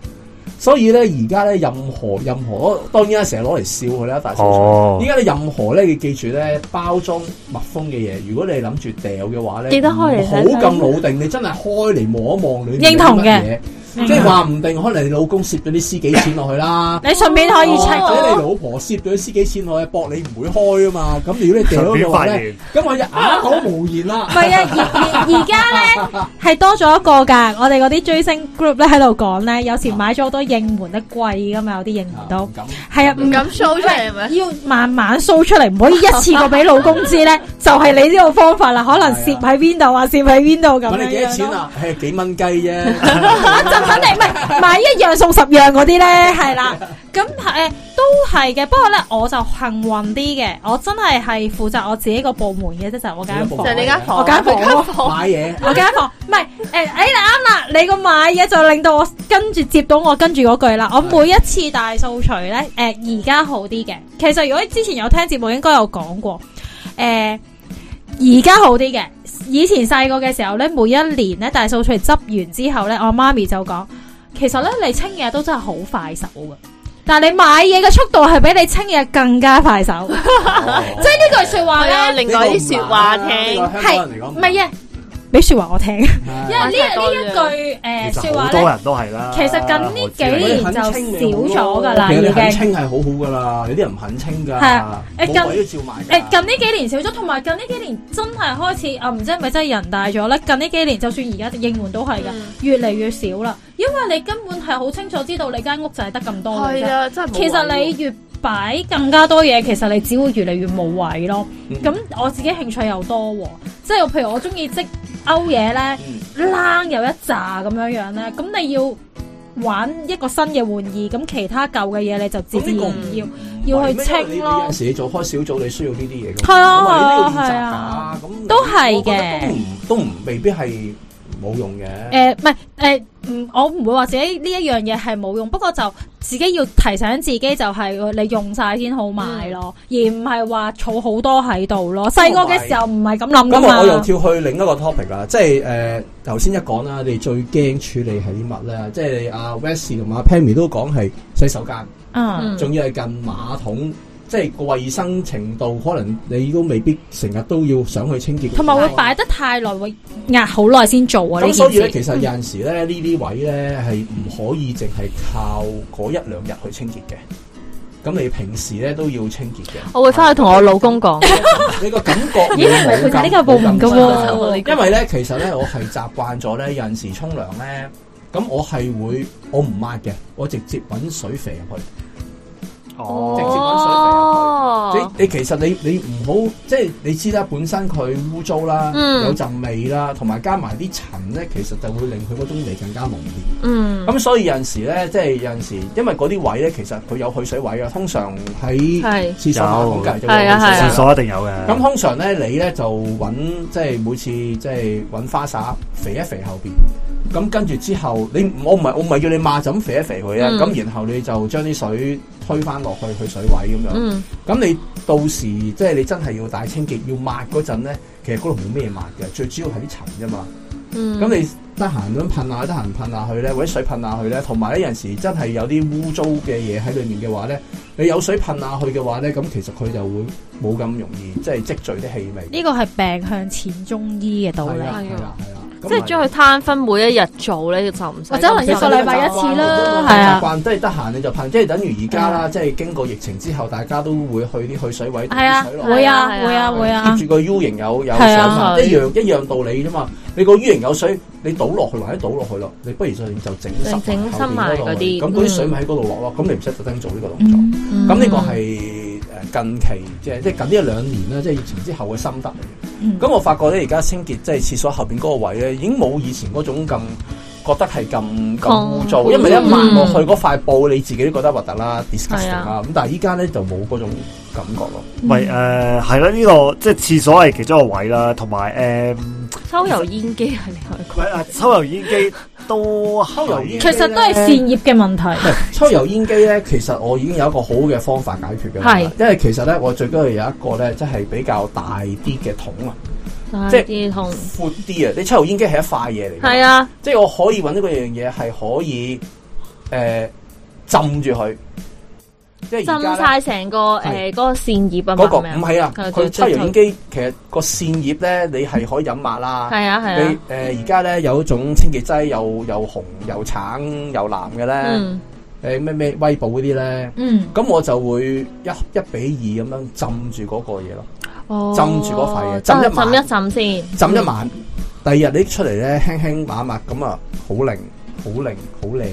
Speaker 4: 所以咧，而家咧任何任何，當然啦，啊成日攞嚟笑佢啦，大掃
Speaker 1: 哦
Speaker 4: 除。依家你任何咧，你記住咧，包裝密封嘅嘢，如果你諗住掉嘅話咧，
Speaker 2: 記得開嚟
Speaker 4: 唔好
Speaker 2: 睇睇
Speaker 4: 咁老定，你真係開嚟望一望裏面
Speaker 3: 認同
Speaker 4: 有啲乜嘢，
Speaker 3: 嘅
Speaker 4: 即係話唔定可能你老公攝咗啲私己錢落去啦。
Speaker 3: 你順便可以 check
Speaker 4: 或者
Speaker 3: 到
Speaker 4: 你老婆攝咗啲私己錢落去，搏你唔會開啊嘛。咁如果你掉
Speaker 1: 順
Speaker 4: 咗嘅
Speaker 1: 便
Speaker 4: 話
Speaker 1: 發
Speaker 4: 咧，
Speaker 1: 現，
Speaker 4: 咁我就啞口無 言啦
Speaker 3: 唔。係啊，而而而家 咧係多咗一個㗎，我哋嗰啲追星 group 咧喺度講咧，有時買咗好多應援咧貴㗎嘛，有啲應援都
Speaker 4: 唔敢
Speaker 3: 係啊，唔
Speaker 2: 敢 show 出嚟咪？
Speaker 3: 要慢慢 show 出嚟，唔可以一次過俾老公知 咧，就係你呢個方法啦，可能攝喺邊度啊，攝喺邊度咁
Speaker 4: 問你幾多
Speaker 3: 樣
Speaker 4: 錢
Speaker 3: 樣咯。
Speaker 4: 啊？係幾蚊雞啫，
Speaker 3: 就肯定唔係買一樣送十樣嗰啲咧，係 啦。咁誒都係嘅，不過咧我就幸運啲嘅，我真係係負責我自己個部門嘅啫，就係我間
Speaker 2: 就
Speaker 3: 房
Speaker 2: 係，你間房，
Speaker 3: 我間房咯。
Speaker 4: 買 嘢
Speaker 3: 我間房唔係誒誒你啱啦，你個買嘢就令到我跟住接到我跟住嗰句啦。我每一次大掃除咧，誒而家好啲嘅。其實如果之前有聽節目，應該有講過誒。而家好啲嘅，以前細個嘅時候咧，每一年咧大掃除執完之後咧，我媽咪就講，其實咧你清嘢都真係好快手嘅，但係你買嘢嘅速度係比你清嘢更加快手，即係啊呢句说話
Speaker 2: 我有
Speaker 3: 咧，
Speaker 2: 另外啲說話聽，
Speaker 4: 係香港人嚟講
Speaker 3: 唔係啊，俾说話我聽。因
Speaker 4: 係
Speaker 3: 為呢
Speaker 2: 玩太多
Speaker 3: 呢一句
Speaker 1: 其
Speaker 3: 誒説
Speaker 1: 實
Speaker 3: 話
Speaker 1: 好多啊
Speaker 3: 咧，
Speaker 1: 人都係啦。
Speaker 3: 其實近呢幾
Speaker 4: 我
Speaker 1: 我知啊你
Speaker 3: 年就
Speaker 4: 哋肯清
Speaker 3: 少咗㗎啦
Speaker 4: 其實你肯
Speaker 3: 已經
Speaker 4: 清係好好噶啦，有啲人唔肯清㗎，
Speaker 3: 係啊誒
Speaker 4: 冇
Speaker 3: 近
Speaker 4: 位都照買㗎。
Speaker 3: 誒近呢幾年少咗，同埋近呢幾年真係開始啊，唔知係咪真係人大咗咧？近呢幾年就算而家應援都係
Speaker 2: 嗯
Speaker 3: 㗎，越嚟越少啦，因為你根本係好清楚知道你間屋就係得咁多嘅
Speaker 2: 係
Speaker 3: 啫。
Speaker 2: 啊，真係冇
Speaker 3: 其實
Speaker 2: 位喎
Speaker 3: 你越擺更加多嘢，其實你只會越嚟越冇位咯。
Speaker 4: 嗯
Speaker 3: 咁我自己興趣又多喎，即係譬如我中意織勾嘢咧。
Speaker 4: 嗯
Speaker 3: 冷有一紮咁樣樣咧，咁你要玩一個新嘅玩意，咁其他舊嘅嘢你就自
Speaker 4: 咁
Speaker 3: 然
Speaker 4: 呢個
Speaker 3: 唔要。
Speaker 4: 唔
Speaker 3: 要去
Speaker 4: 係咩
Speaker 3: 清咯
Speaker 4: 你你有陣時你做開小組，你需要呢啲嘢㗎。
Speaker 3: 係啊
Speaker 4: 咁你都要練習
Speaker 3: 係
Speaker 4: 㗎
Speaker 3: 啊，
Speaker 4: 咁
Speaker 3: 都係嘅啊
Speaker 4: 我覺得都唔都唔未必係冇用嘅。
Speaker 3: 誒唔係誒，嗯我唔會話自己呢一樣嘢係冇用，不過就自己要提醒自己就係你用晒先好買咯，而唔係話儲好多喺度咯。細個嘅時候唔係咁諗噶
Speaker 4: 咁啊我我又
Speaker 3: 嘛。
Speaker 4: 跳去另一個 topic 啦，即係誒頭先一講啦，你最驚處理係啲乜咧？即係阿 Wes 同阿 Pammy 都講係洗手間，
Speaker 3: 嗯
Speaker 2: 嗯
Speaker 4: 仲要係近馬桶，即係個衞生程度，可能你都未必成日都要想去清潔。
Speaker 3: 同埋會擺得太耐，會壓好耐先做啊呢
Speaker 4: 嗯咁所
Speaker 3: 件
Speaker 4: 以咧，
Speaker 3: 事。
Speaker 4: 其實有陣時咧，呢啲位咧係唔可以淨係靠嗰一兩日去清潔嘅。咁你平時咧都要清潔嘅。
Speaker 2: 我會翻去同我老公講。
Speaker 4: 你個感覺
Speaker 3: 咦唔係佢就呢個部門㗎喎
Speaker 4: 喎因為咧其實咧我係習慣咗咧有陣時沖涼咧，咁我係會我唔抹嘅，我直接揾水肥入去。
Speaker 1: 哦，
Speaker 4: 直接揾水肥
Speaker 3: 哦
Speaker 4: 入去
Speaker 2: 哦
Speaker 4: 你你其實你你唔好即係你知啦，本身佢污糟啦，
Speaker 2: 嗯
Speaker 4: 有陣味啦，同埋加埋啲塵咧，其實就會令佢嗰種味更加濃烈。
Speaker 2: 嗯，
Speaker 4: 咁所以有陣時咧，即係有陣時，因為嗰啲位咧，其實佢有去水位嘅，通常喺
Speaker 2: 係
Speaker 4: 廁所馬桶隔離就會
Speaker 2: 係
Speaker 4: 有
Speaker 2: 啊
Speaker 4: 去水
Speaker 2: 係啊
Speaker 1: 厕
Speaker 4: 位啦。
Speaker 1: 所一定有嘅。
Speaker 4: 咁通常咧，你咧就揾即係每次即係揾花灑肥一肥後邊，咁跟住之後你我唔係我唔係叫你抹就咁肥一肥佢啊，
Speaker 2: 嗯
Speaker 4: 咁、然後你就將啲水推翻落去去水位咁樣。
Speaker 2: 嗯
Speaker 4: 咁你到時即係你真係要大清潔，要抹嗰陣咧，其實嗰度冇咩抹嘅，最主要係啲塵啫嘛。
Speaker 2: 嗯，
Speaker 4: 咁、你得閒咁噴下，得閒噴下佢咧，或者水噴下佢咧，同埋咧有陣時真係有啲污糟嘅嘢喺裡面嘅話咧，你有水噴下去嘅話咧，咁其實佢就會冇咁容易即係積聚啲氣味。
Speaker 3: 呢個係病向淺中醫嘅道理
Speaker 4: 係。啊啦
Speaker 2: 理
Speaker 4: 係啦係啦，
Speaker 2: 即係將佢攤分每一日做咧，就唔使
Speaker 3: 或者可能一個禮拜一次啦係啊
Speaker 4: 習慣都係得閒你就噴，即係等於而家啦，即係經過疫情之後，大家都會去啲去水位，
Speaker 3: 係啊，
Speaker 4: 水落
Speaker 3: 會啊，
Speaker 2: 係啊
Speaker 3: 會啊，會啊
Speaker 4: 貼。住個 U 型有有水
Speaker 3: 係
Speaker 2: 啊
Speaker 4: 嘛，一樣一樣道理啫嘛。你個 U 型有水，你倒落去或者倒落去咯，你不如就就整濕
Speaker 2: 整濕埋
Speaker 4: 後面
Speaker 2: 嗰啲
Speaker 4: 咁嗰啲
Speaker 2: 嗯
Speaker 4: 水咪喺嗰度落咯。咁你唔使特登做呢個動作。
Speaker 3: 嗯
Speaker 4: 咁呢個係誒呃近期即係即係近呢一兩年啦，即係疫情之後嘅心得嚟
Speaker 3: 嗯
Speaker 4: 嘅。咁我發覺咧，而家清潔即係廁所後邊嗰個位咧，已經冇以前嗰種咁。覺得係咁咁污糟，因為
Speaker 2: 嗯
Speaker 4: 一抹落去嗰塊布，你自己都覺得核突啦、disgusting
Speaker 2: 啊
Speaker 4: 啦。咁但係依家咧就冇嗰種感覺咯。
Speaker 1: 喂，诶，系啦，呢度即係廁所係其中一個位啦，同埋诶，
Speaker 2: 抽油煙機係另外一個
Speaker 1: 喂，啊抽油煙機都抽
Speaker 4: 油煙
Speaker 3: 其實都係善業嘅問題。
Speaker 4: 抽油煙機咧，其實我已經有一個好嘅方法解決嘅啦，
Speaker 2: 係
Speaker 4: 因為其實咧，我最緊要有一個咧，即係比較大啲嘅桶啊，
Speaker 2: 大
Speaker 4: 即係
Speaker 2: 啲痛。
Speaker 4: 闊啲啊。你抽油煙機係一塊嘢嚟，
Speaker 2: 嗯係，啊，
Speaker 4: 即係我可以揾到嗰樣嘢係可以诶、呃浸住佢，即係
Speaker 2: 浸
Speaker 4: 而家呢
Speaker 2: 晒成個誒
Speaker 4: 係
Speaker 2: 嗰個扇葉啊嘛，
Speaker 4: 嗰個
Speaker 2: 係咪
Speaker 4: 唔係啊，
Speaker 2: 係
Speaker 4: 佢
Speaker 2: 最
Speaker 4: 抽油煙機其實個扇葉咧，你係可以飲抹啦。
Speaker 2: 係啊係
Speaker 4: 你
Speaker 2: 啊，
Speaker 4: 诶而家咧有一種清潔劑，又又紅又橙又藍嘅咧，
Speaker 2: 嗯
Speaker 4: 诶咩咩威寶嗰啲咧。
Speaker 3: 嗯，
Speaker 4: 咁我就會一一比二咁樣浸住嗰個嘢咯，
Speaker 2: 哦
Speaker 4: 浸住嗰塊嘢
Speaker 2: 真係
Speaker 4: 浸一晚
Speaker 2: 浸一浸先，
Speaker 4: 浸一晚，第二日你出嚟咧輕輕抹一抹，咁啊好靈好靈好靚。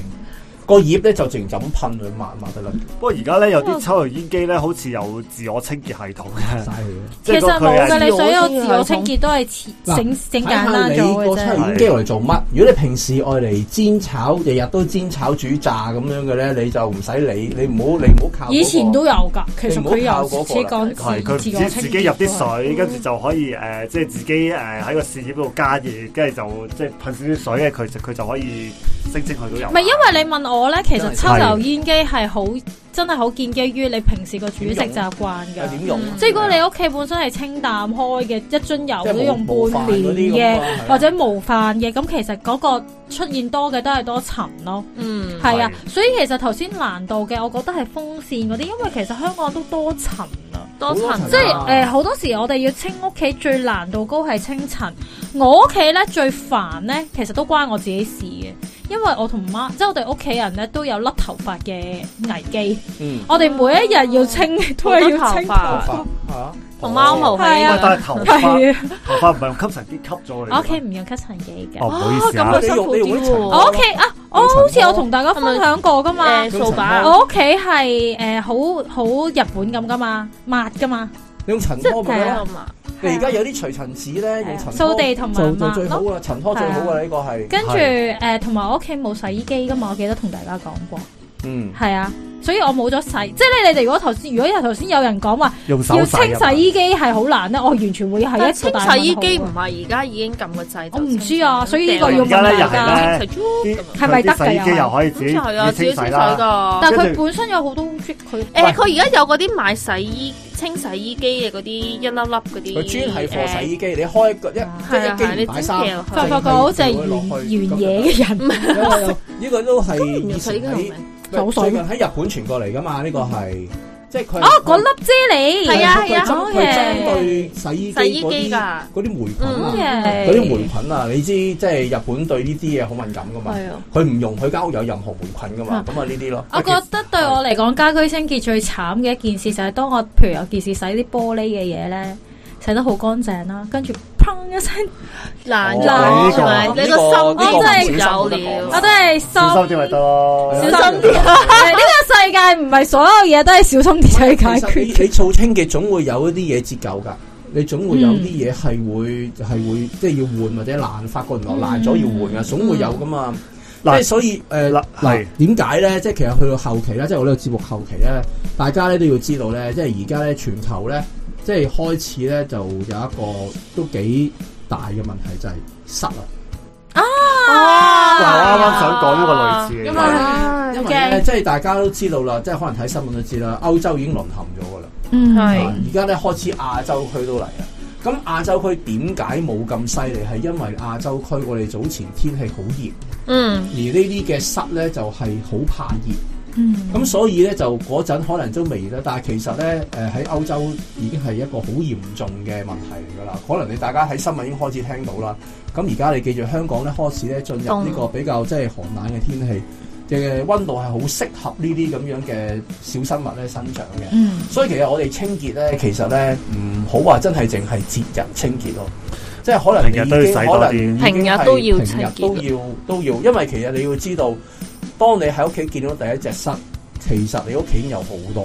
Speaker 4: 個葉咧就直情就咁噴佢抹抹得啦，
Speaker 1: 不過而家咧有啲抽油煙機咧，好似有自我清潔系統 嘅，
Speaker 4: 嘥啊佢。
Speaker 1: 即
Speaker 3: 其
Speaker 1: 係
Speaker 3: 實
Speaker 1: 個
Speaker 3: 冇
Speaker 1: 佢
Speaker 3: 㗎，
Speaker 1: 係
Speaker 3: 你所有自我清潔都係切
Speaker 4: 嗱
Speaker 3: 整整簡單
Speaker 4: 睇
Speaker 3: 啊做
Speaker 4: 下
Speaker 3: 嘅啫。
Speaker 4: 你個抽油煙機嚟做乜？如果你平時愛嚟煎炒，日日都煎炒煮炸咁樣嘅咧，你就唔使理，你唔好你唔好靠嗰個。
Speaker 3: 以前都有㗎，其實佢
Speaker 4: 你唔好靠
Speaker 3: 有
Speaker 4: 嗰
Speaker 3: 自
Speaker 4: 個啦
Speaker 3: 己講
Speaker 1: 係佢唔
Speaker 3: 自
Speaker 1: 知
Speaker 3: 我清
Speaker 1: 自
Speaker 3: 潔
Speaker 1: 己入啲水，
Speaker 3: 都係
Speaker 1: 跟住就可以誒，即係自己誒喺個扇葉度加嘢，跟住就即係噴少少水嘅，佢就佢就可以升升去到油。
Speaker 3: 唔係因為你問我咧，其實抽油煙機係好真係好建基於你平時個煮食習慣
Speaker 4: 係
Speaker 3: 㗎。
Speaker 4: 點用？啊
Speaker 3: 即係如果你屋企本身係清淡開嘅，一樽油
Speaker 4: 即係
Speaker 3: 都用
Speaker 4: 冇冇
Speaker 3: 半
Speaker 4: 飯嗰啲
Speaker 3: 年嘅，
Speaker 4: 咁啊係啊
Speaker 3: 或者無飯嘅，咁其實嗰個出現多嘅都係多塵咯。
Speaker 2: 嗯
Speaker 3: 係啊，
Speaker 1: 係
Speaker 3: 所以其實頭先難度嘅，我覺得係風扇嗰啲，因為其實香港都多塵啊。
Speaker 2: 多
Speaker 4: 好多
Speaker 2: 層
Speaker 4: 層
Speaker 3: 即係
Speaker 4: 啊
Speaker 3: 誒，好、多時我哋要清屋企最難度高係清塵。我屋企咧最煩咧，其實都關我自己事嘅，因為我同媽，即係我哋屋企人咧都有甩頭髮嘅危機。
Speaker 4: 嗯，
Speaker 3: 我哋每一日要 清，都係要清頭
Speaker 2: 啊
Speaker 3: 髮
Speaker 4: 頭
Speaker 2: 好多。
Speaker 4: 髮嚇
Speaker 2: 同貓毛係
Speaker 3: 係
Speaker 1: 喂
Speaker 3: 啊
Speaker 1: 但係頭髮
Speaker 3: 係啊，
Speaker 1: 頭髮唔係用吸塵機吸咗你㗎嘛。
Speaker 3: 我屋企唔用吸塵機
Speaker 1: 哦，
Speaker 3: 嘅。
Speaker 1: 唔好意思
Speaker 2: 啊
Speaker 1: 啊
Speaker 2: 咁，辛苦啲喎
Speaker 4: 你用你用啲塵
Speaker 2: 我
Speaker 3: 我屋企啊，我好似有同大家分享過噶嘛。
Speaker 2: 誒掃把啊
Speaker 3: 我屋企係誒好好日本咁噶嘛，抹噶嘛，
Speaker 4: 你用
Speaker 2: 即
Speaker 4: 塵拖咪得
Speaker 2: 係
Speaker 4: 咯
Speaker 2: 啊。嘛，
Speaker 4: 你而家有啲除塵紙咧，用塵拖
Speaker 3: 啊掃地同埋
Speaker 4: 就就
Speaker 3: 抹
Speaker 4: 最好
Speaker 3: 咯。
Speaker 4: 噶啦，塵拖最好啊噶啦，呢個係，
Speaker 3: 跟住誒，同埋我屋企冇洗衣機噶嘛，我記得同大家講過。
Speaker 4: 嗯，
Speaker 3: 系啊，所以我冇咗洗，即系咧，你哋如果頭先，如果有頭先有人講話
Speaker 1: 用手
Speaker 3: 要
Speaker 1: 洗
Speaker 3: 清
Speaker 1: 啊嘛
Speaker 3: 洗衣機係好難咧，我完全會係一
Speaker 2: 但係
Speaker 3: 個
Speaker 2: 清
Speaker 3: 大問號
Speaker 2: 洗衣機唔
Speaker 3: 啊
Speaker 2: 係而家已經撳個掣就清洗，
Speaker 3: 我唔知啊所以呢個
Speaker 1: 要問大家
Speaker 2: 清洗
Speaker 1: 啲
Speaker 2: 咁樣
Speaker 3: 係咪得㗎
Speaker 1: 佢啲洗衣機又可以自己
Speaker 2: 咁就係啊，自己
Speaker 1: 清
Speaker 2: 清
Speaker 1: 洗
Speaker 2: 洗
Speaker 1: 啦。
Speaker 2: 㗎。
Speaker 3: 但係佢本身有好多污跡，佢
Speaker 2: 誒，佢而家有嗰啲買洗衣清洗衣機嘅嗰啲一粒粒嗰
Speaker 4: 佢
Speaker 2: 啲，
Speaker 4: 專係貨洗
Speaker 2: 衣，
Speaker 4: 衣機，你開一個一
Speaker 2: 係啊
Speaker 4: 即係
Speaker 2: 係，
Speaker 4: 一
Speaker 2: 你
Speaker 4: 機唔擺
Speaker 2: 整
Speaker 4: 衫，
Speaker 2: 掉
Speaker 3: 發
Speaker 4: 就
Speaker 2: 佢
Speaker 3: 發覺好似係原原野嘅人，
Speaker 4: 呢個都係
Speaker 2: 唔
Speaker 4: 以
Speaker 2: 用洗
Speaker 4: 前
Speaker 2: 衣機係
Speaker 4: 喺
Speaker 2: 咪？
Speaker 4: 最近喺日本傳過嚟噶嘛，呢個係即係佢
Speaker 3: 哦，嗰粒啫哦喱，
Speaker 2: 係啊係啊
Speaker 4: 佢針佢
Speaker 3: OK
Speaker 4: 針對洗衣機
Speaker 2: 洗衣
Speaker 4: 嗰
Speaker 2: 機
Speaker 4: 啲
Speaker 2: 㗎
Speaker 4: 嗰啲霉菌啊。
Speaker 3: 嗯
Speaker 4: 嗰啲霉菌啊，你知即係日本對呢啲嘢好敏感噶嘛
Speaker 2: 係啊，
Speaker 4: 佢唔容許間屋有任何霉菌噶嘛，咁啊呢啲咯。
Speaker 3: 我覺得對我嚟講，家居清潔最慘嘅一件事就係當我譬如有件事洗啲玻璃嘅嘢咧，洗得好乾淨啦，跟住砰一聲，
Speaker 2: 難
Speaker 4: 哦
Speaker 1: 呢個
Speaker 2: 咗，係咪你
Speaker 4: 呢個
Speaker 2: 個心
Speaker 4: 呢個
Speaker 2: 我真
Speaker 4: 唔小心冇得
Speaker 2: 係有
Speaker 4: 講
Speaker 3: 我
Speaker 2: 了
Speaker 3: 都。係心
Speaker 1: 小心啲咪得咯。
Speaker 4: 係啊
Speaker 3: 小心啲。呢個世界唔係所有嘢都係小心啲去解
Speaker 4: 其實你
Speaker 3: 決。
Speaker 4: 你做清嘅總會有一啲嘢折舊㗎，你總會有啲嘢係會係會即係要換或者爛，發覺原來爛咗要換㗎，啊總會有㗎嘛。即
Speaker 1: 嗱
Speaker 4: 係所以誒
Speaker 1: 嗱
Speaker 4: 嗱
Speaker 1: 係
Speaker 4: 點解咧？即係其實去到後期咧，即係我呢個節目後期咧，大家咧都要知道咧，即係而家咧全球咧，即係開始咧就有一個都幾大嘅問題就係塞啊。
Speaker 1: 我啱啱想講呢個類似嘅
Speaker 4: 因為
Speaker 1: 嘢，
Speaker 2: 啊
Speaker 4: 因為咧，即係大家都知道啦，即係可能睇新聞都知啦，歐洲已經淪陷咗㗎啦。
Speaker 3: 嗯
Speaker 2: 係
Speaker 4: 啊而家咧開始亞洲區都嚟啦。咁亞洲區點解冇咁犀利？係因為亞洲區我哋早前天氣好熱，
Speaker 2: 嗯
Speaker 4: 而呢啲嘅室咧就係好怕熱，
Speaker 3: 嗯
Speaker 4: 咁所以咧就嗰陣可能都未啦，但係其實咧誒喺歐洲已經係一個好嚴重嘅問題嚟㗎啦。可能你大家喺新聞已經開始聽到啦。咁而家你記住香港咧開始咧進入呢個比較即係寒冷嘅天氣嘅温度係好適合呢啲咁樣嘅小生物咧生長嘅。
Speaker 3: 嗯
Speaker 4: 所以其實我哋清潔咧，其實咧唔好話真係淨係節日清潔咯，即係可能你
Speaker 1: 平
Speaker 4: 已
Speaker 1: 日都要
Speaker 4: 經
Speaker 1: 洗多
Speaker 4: 可
Speaker 1: 啲
Speaker 4: 能已經係
Speaker 2: 平日都要清潔
Speaker 4: 平日都要都要，因為其實你要知道，當你喺屋企見到第一隻虱，其實你屋企已經有好多，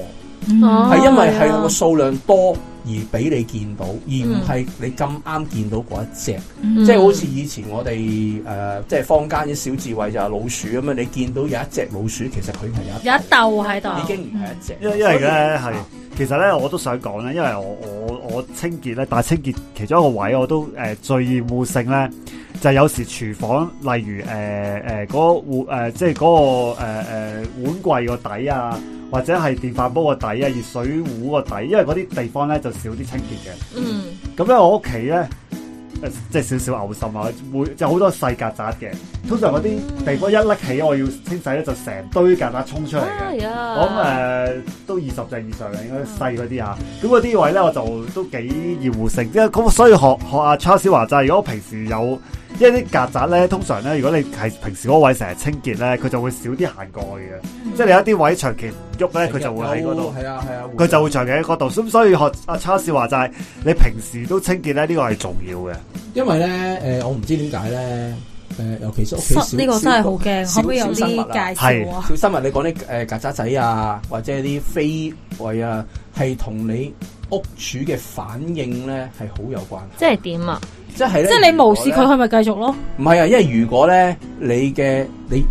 Speaker 2: 哦
Speaker 4: 係、因為
Speaker 2: 係啊嗯
Speaker 4: 係個數量多而俾你見到，而唔係你咁啱見到嗰一隻。即係好似以前我哋誒、呃即係坊間啲小智慧就係老鼠咁樣，你見到有一隻老鼠，其實佢係有一
Speaker 3: 有一竇喺
Speaker 2: 哦
Speaker 3: 度，
Speaker 4: 已經唔係一隻，
Speaker 1: 因因為
Speaker 4: 所以
Speaker 1: 咧係
Speaker 4: 啊，
Speaker 1: 其實咧我都想講咧，因為我我我清潔咧，但係清潔其中一個位我都誒、呃最厭惡性咧，就係有時廚房，例如誒誒嗰個碗誒即係嗰、個誒、呃碗櫃個底啊，或者係電飯煲個底啊、熱水壺個底，因為嗰啲地方咧就少啲清潔嘅。
Speaker 2: 嗯，
Speaker 1: 咁咧我屋企咧，誒即係少少嘔心啊，會就好多細曱甴嘅。通常嗰啲地方一拎起，我要清洗咧，就成堆曱甴衝出嚟嘅。
Speaker 2: 係啊，
Speaker 1: 我諗誒、都二十隻以上嘅，應該細嗰啲啊。咁嗰啲位咧，我就都幾厭惡性，即係咁。所以學學阿 Charles 話齋，如果我平時有，因為啲曱甴咧，通常咧，如果你係平時嗰位成日清潔咧，佢就會少啲行過去嘅。即係你有一啲位長期唔喐咧，佢就會喺嗰度。
Speaker 4: 係啊係啊，
Speaker 1: 佢就會長期喺嗰度，咁所以學阿 Charles 話就係你平時都清潔咧，呢、個係重要嘅。
Speaker 4: 因為咧，誒、我唔知點解咧，誒、尤其是屋企
Speaker 3: 塞
Speaker 4: 小
Speaker 3: 呢個真係好驚，
Speaker 4: 小
Speaker 3: 可唔可以有
Speaker 4: 小生物
Speaker 3: 啲介
Speaker 4: 啊
Speaker 3: 紹啊？
Speaker 4: 小生物，你講啲誒曱甴仔啊，或者啲飛位啊，係同你屋主嘅反應咧係好有關係。
Speaker 2: 即係點啊？
Speaker 4: 即係
Speaker 3: 即係
Speaker 4: 咧，
Speaker 3: 你無視佢，
Speaker 4: 如果
Speaker 3: 佢咪繼續咯？
Speaker 4: 咧，唔係啊，因為如果咧你嘅你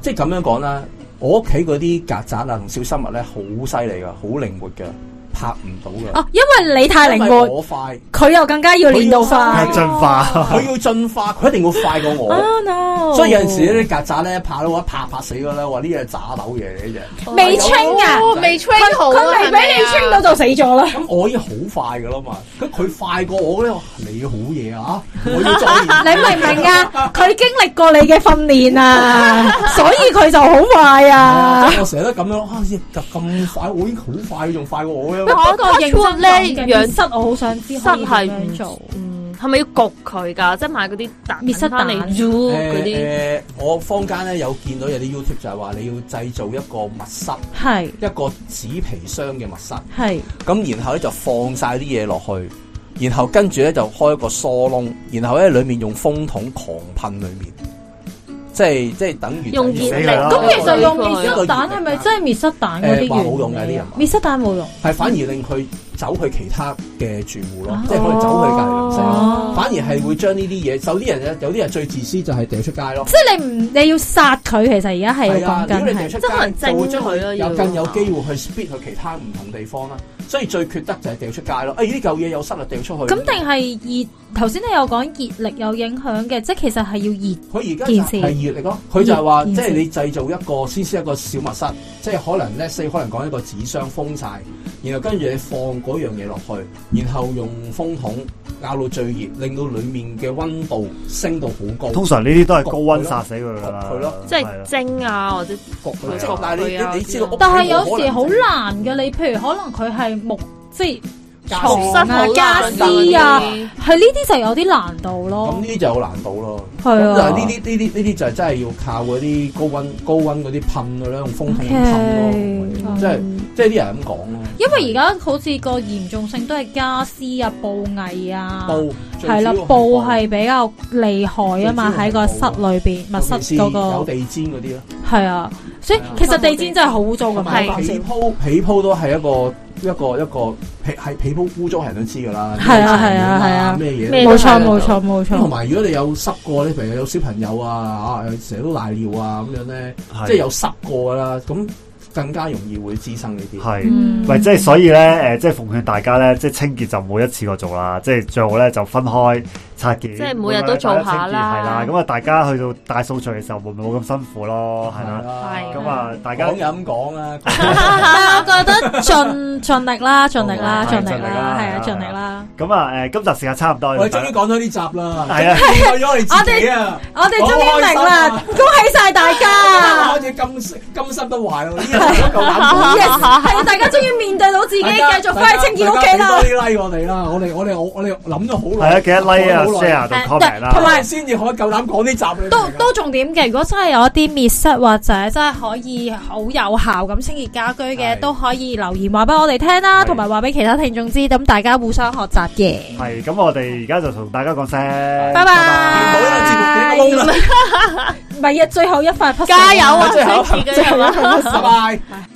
Speaker 4: 即係咁樣講啦，我屋企嗰啲曱甴啊同小生物咧好犀利噶，好靈活噶，拍唔到噶。
Speaker 3: 哦，因為你太靈
Speaker 4: 因為
Speaker 3: 活，
Speaker 4: 我快，
Speaker 3: 佢又更加要練到快
Speaker 1: 係。進化，
Speaker 4: 佢要進化，佢一定會快過我。
Speaker 3: 啊 no！
Speaker 4: 所以有陣時呢啲曱甴咧拍到我一拍拍死咗咧，話呢隻係炸豆嘢嚟嘅啫。
Speaker 3: 未 train 啊，
Speaker 2: 哦未 train 好啊，
Speaker 3: 佢未俾你
Speaker 2: 係咪
Speaker 3: train
Speaker 2: 啊
Speaker 3: 到就死咗啦。
Speaker 4: 咁我已經好快噶啦嘛，咁佢快過我咧，我你好嘢啊！我要再練
Speaker 3: 你明唔明啊？佢經歷過你嘅訓練啊，所以佢就好快啊。
Speaker 4: 我成日都咁樣，啊，咁快，我已經好快，仲快過我 嘅。
Speaker 2: 我個認真咧
Speaker 3: 養
Speaker 2: 養
Speaker 3: 室我好想知
Speaker 2: 室
Speaker 3: 可以
Speaker 2: 係
Speaker 3: 點
Speaker 2: 唔
Speaker 3: 樣做。
Speaker 2: 嗯，係咪要焗佢㗎？即係買嗰啲蛋
Speaker 3: 滅虱蛋
Speaker 2: 嚟 z 哦嗰
Speaker 4: 誒
Speaker 2: 啲，
Speaker 4: 誒，我坊間咧有見到有啲 YouTube 就係話你要製造一個密室，
Speaker 3: 係
Speaker 4: 一個紙皮箱嘅密室，
Speaker 3: 係
Speaker 4: 咁然後咧就放晒啲嘢落去，然後跟住咧就開個疏窿，然後咧裡面用風筒狂噴裡面，即係即係等於
Speaker 2: 用熱
Speaker 4: 等於
Speaker 1: 死
Speaker 2: 力。
Speaker 1: 佢啦
Speaker 3: 咁其實用滅
Speaker 4: 呢
Speaker 3: 虱
Speaker 4: 個
Speaker 3: 蛋係咪真係滅虱蛋嗰
Speaker 4: 誒
Speaker 3: 啲
Speaker 4: 話冇用嘅啲人話
Speaker 3: 滅虱蛋冇用，
Speaker 4: 係反而令佢走去其他嘅住戶咯
Speaker 3: 啊，
Speaker 4: 即係可能走去隔離鄰舍
Speaker 3: 哦
Speaker 4: 咯。反而係會將呢啲嘢，有啲人咧，有啲人最自私就係掉出街咯。
Speaker 3: 即係你唔你要殺佢，其實而家係
Speaker 4: 係
Speaker 3: 要
Speaker 4: 啊
Speaker 3: 講，
Speaker 4: 如果你掉
Speaker 3: 緊係
Speaker 4: 出
Speaker 2: 即係可能
Speaker 4: 街，就會將
Speaker 2: 蒸佢
Speaker 4: 佢
Speaker 2: 咯要
Speaker 4: 有更有機會去 split 去其他唔同地方啦。所以最缺德就係掉出街咯。哎誒呢嚿嘢有濕就掉出去。
Speaker 3: 咁定係熱？頭先你有講熱力有影響嘅，即係其實係要熱
Speaker 4: 佢而家
Speaker 3: 件事
Speaker 4: 就係熱力咯。佢就係
Speaker 3: 熱
Speaker 4: 話，即係
Speaker 3: 件事
Speaker 4: 你製造一個先先一個小密室，即係可能咧，四可能講一個紙箱封晒，然後跟住你放嗰樣嘢落去，然後用風筒咬到最熱，令到裡面嘅温度升到好高，
Speaker 1: 通常呢啲都係高温殺死佢噶啦，
Speaker 4: 焗佢咯
Speaker 2: 即
Speaker 1: 係
Speaker 2: 系
Speaker 1: 啦
Speaker 2: 蒸啊，或者
Speaker 4: 焗佢
Speaker 2: 焗佢啊
Speaker 4: 但係你你你知道屋企冇可能，
Speaker 3: 但係有時好難嘅，你譬如可能佢係木，即係
Speaker 4: 家
Speaker 3: 床
Speaker 2: 室好
Speaker 3: 啊、
Speaker 2: 難
Speaker 3: 家私啊，係呢啲就有啲難度
Speaker 4: 咁
Speaker 3: 咯
Speaker 4: 呢。啲就有難度咯。
Speaker 3: 係
Speaker 4: 咁就係
Speaker 3: 啊
Speaker 4: 呢啲呢啲呢啲就真係要靠嗰啲高温高温嗰啲噴嘅啦，用風
Speaker 3: 嗯
Speaker 4: 筒噴咯，即係即係啲人咁講咯。
Speaker 3: 因為而家好似個嚴重性都係家私啊、布藝啊。
Speaker 4: 布最
Speaker 3: 係啦，
Speaker 4: 主要係
Speaker 3: 布係比較厲害啊嘛，
Speaker 4: 最
Speaker 3: 喺
Speaker 4: 主要
Speaker 3: 個
Speaker 4: 係
Speaker 3: 室裏邊密
Speaker 4: 尤
Speaker 3: 室
Speaker 4: 其是
Speaker 3: 嗰
Speaker 4: 有
Speaker 3: 個
Speaker 4: 地氈嗰啲咯，
Speaker 3: 係啊，所以
Speaker 4: 係啊
Speaker 3: 其實地氈真係好污糟噶嘛，
Speaker 2: 係
Speaker 4: 被鋪被鋪都係一個一個一個被係被鋪污糟，係人都知噶啦。
Speaker 3: 係啊係啊係啊
Speaker 4: 咩嘢
Speaker 2: 咩
Speaker 4: 都
Speaker 2: 都
Speaker 3: 冇
Speaker 2: 係
Speaker 3: 錯
Speaker 2: 啦
Speaker 3: 冇錯冇錯，
Speaker 4: 同埋如果你有濕過咧，譬如有小朋友啊，啊成日都瀨尿啊咁樣咧，
Speaker 1: 係
Speaker 4: 即係有濕過噶啦，咁更加容易會滋生呢啲。
Speaker 1: 係。
Speaker 3: 嗯
Speaker 1: 喂，即係所以咧，誒、即係奉勸大家咧，即係清潔就唔好一次過做啦，即係最好咧就分開拆件，
Speaker 2: 即係每日都做下啦
Speaker 1: 係啦，咁啊大家去到大掃除嘅時候，會唔會冇咁辛苦咯？係啦，
Speaker 2: 係
Speaker 1: 咁啊大家
Speaker 4: 講就咁講啦，
Speaker 3: 但係我覺得盡 盡力啦，盡力啦，
Speaker 1: 係
Speaker 3: 盡力
Speaker 1: 盡力啦
Speaker 3: 啦，係
Speaker 1: 係啊
Speaker 3: 啊，盡力啦，
Speaker 1: 咁啊誒，今集時間差唔多，
Speaker 4: 我哋終於講咗呢集啦，
Speaker 1: 係啊
Speaker 4: 為 咗我哋自己啊，
Speaker 3: 我哋終於明啦，
Speaker 4: 好開
Speaker 3: 恭喜晒大家
Speaker 4: 開始甘心甘心都壞咯，呢個都夠膽講。
Speaker 3: ，yes，係啊，大家終於面對到自己，繼續翻去清潔屋企啦
Speaker 4: 大家。俾多啲 like 我哋啦，我哋我哋我我哋諗咗好
Speaker 1: 係
Speaker 4: 耐，
Speaker 1: 啊，記得 like 啊、share 同
Speaker 3: 誒
Speaker 1: comment 啦，
Speaker 3: 同埋
Speaker 4: 先至可以夠膽講呢集你明唔明
Speaker 3: 都
Speaker 4: 啊。
Speaker 3: 都重點嘅，如果真係有一啲滅失或者真係可以好有效咁清潔家居嘅，
Speaker 4: 係
Speaker 3: 都可以留言話俾我哋聽啦，
Speaker 1: 係
Speaker 3: 同埋話俾其他聽眾知，咁大家互相學習嘅。
Speaker 1: 係咁，我哋而家就同大家講聲，
Speaker 3: 拜
Speaker 4: 冇呢個節
Speaker 3: 拜。
Speaker 4: 目 幾窿啦，
Speaker 3: 唔係啊，最後一塊 puzzle
Speaker 2: 加油啊！
Speaker 4: 最後
Speaker 2: 清潔嘅係嘛
Speaker 4: 拜拜。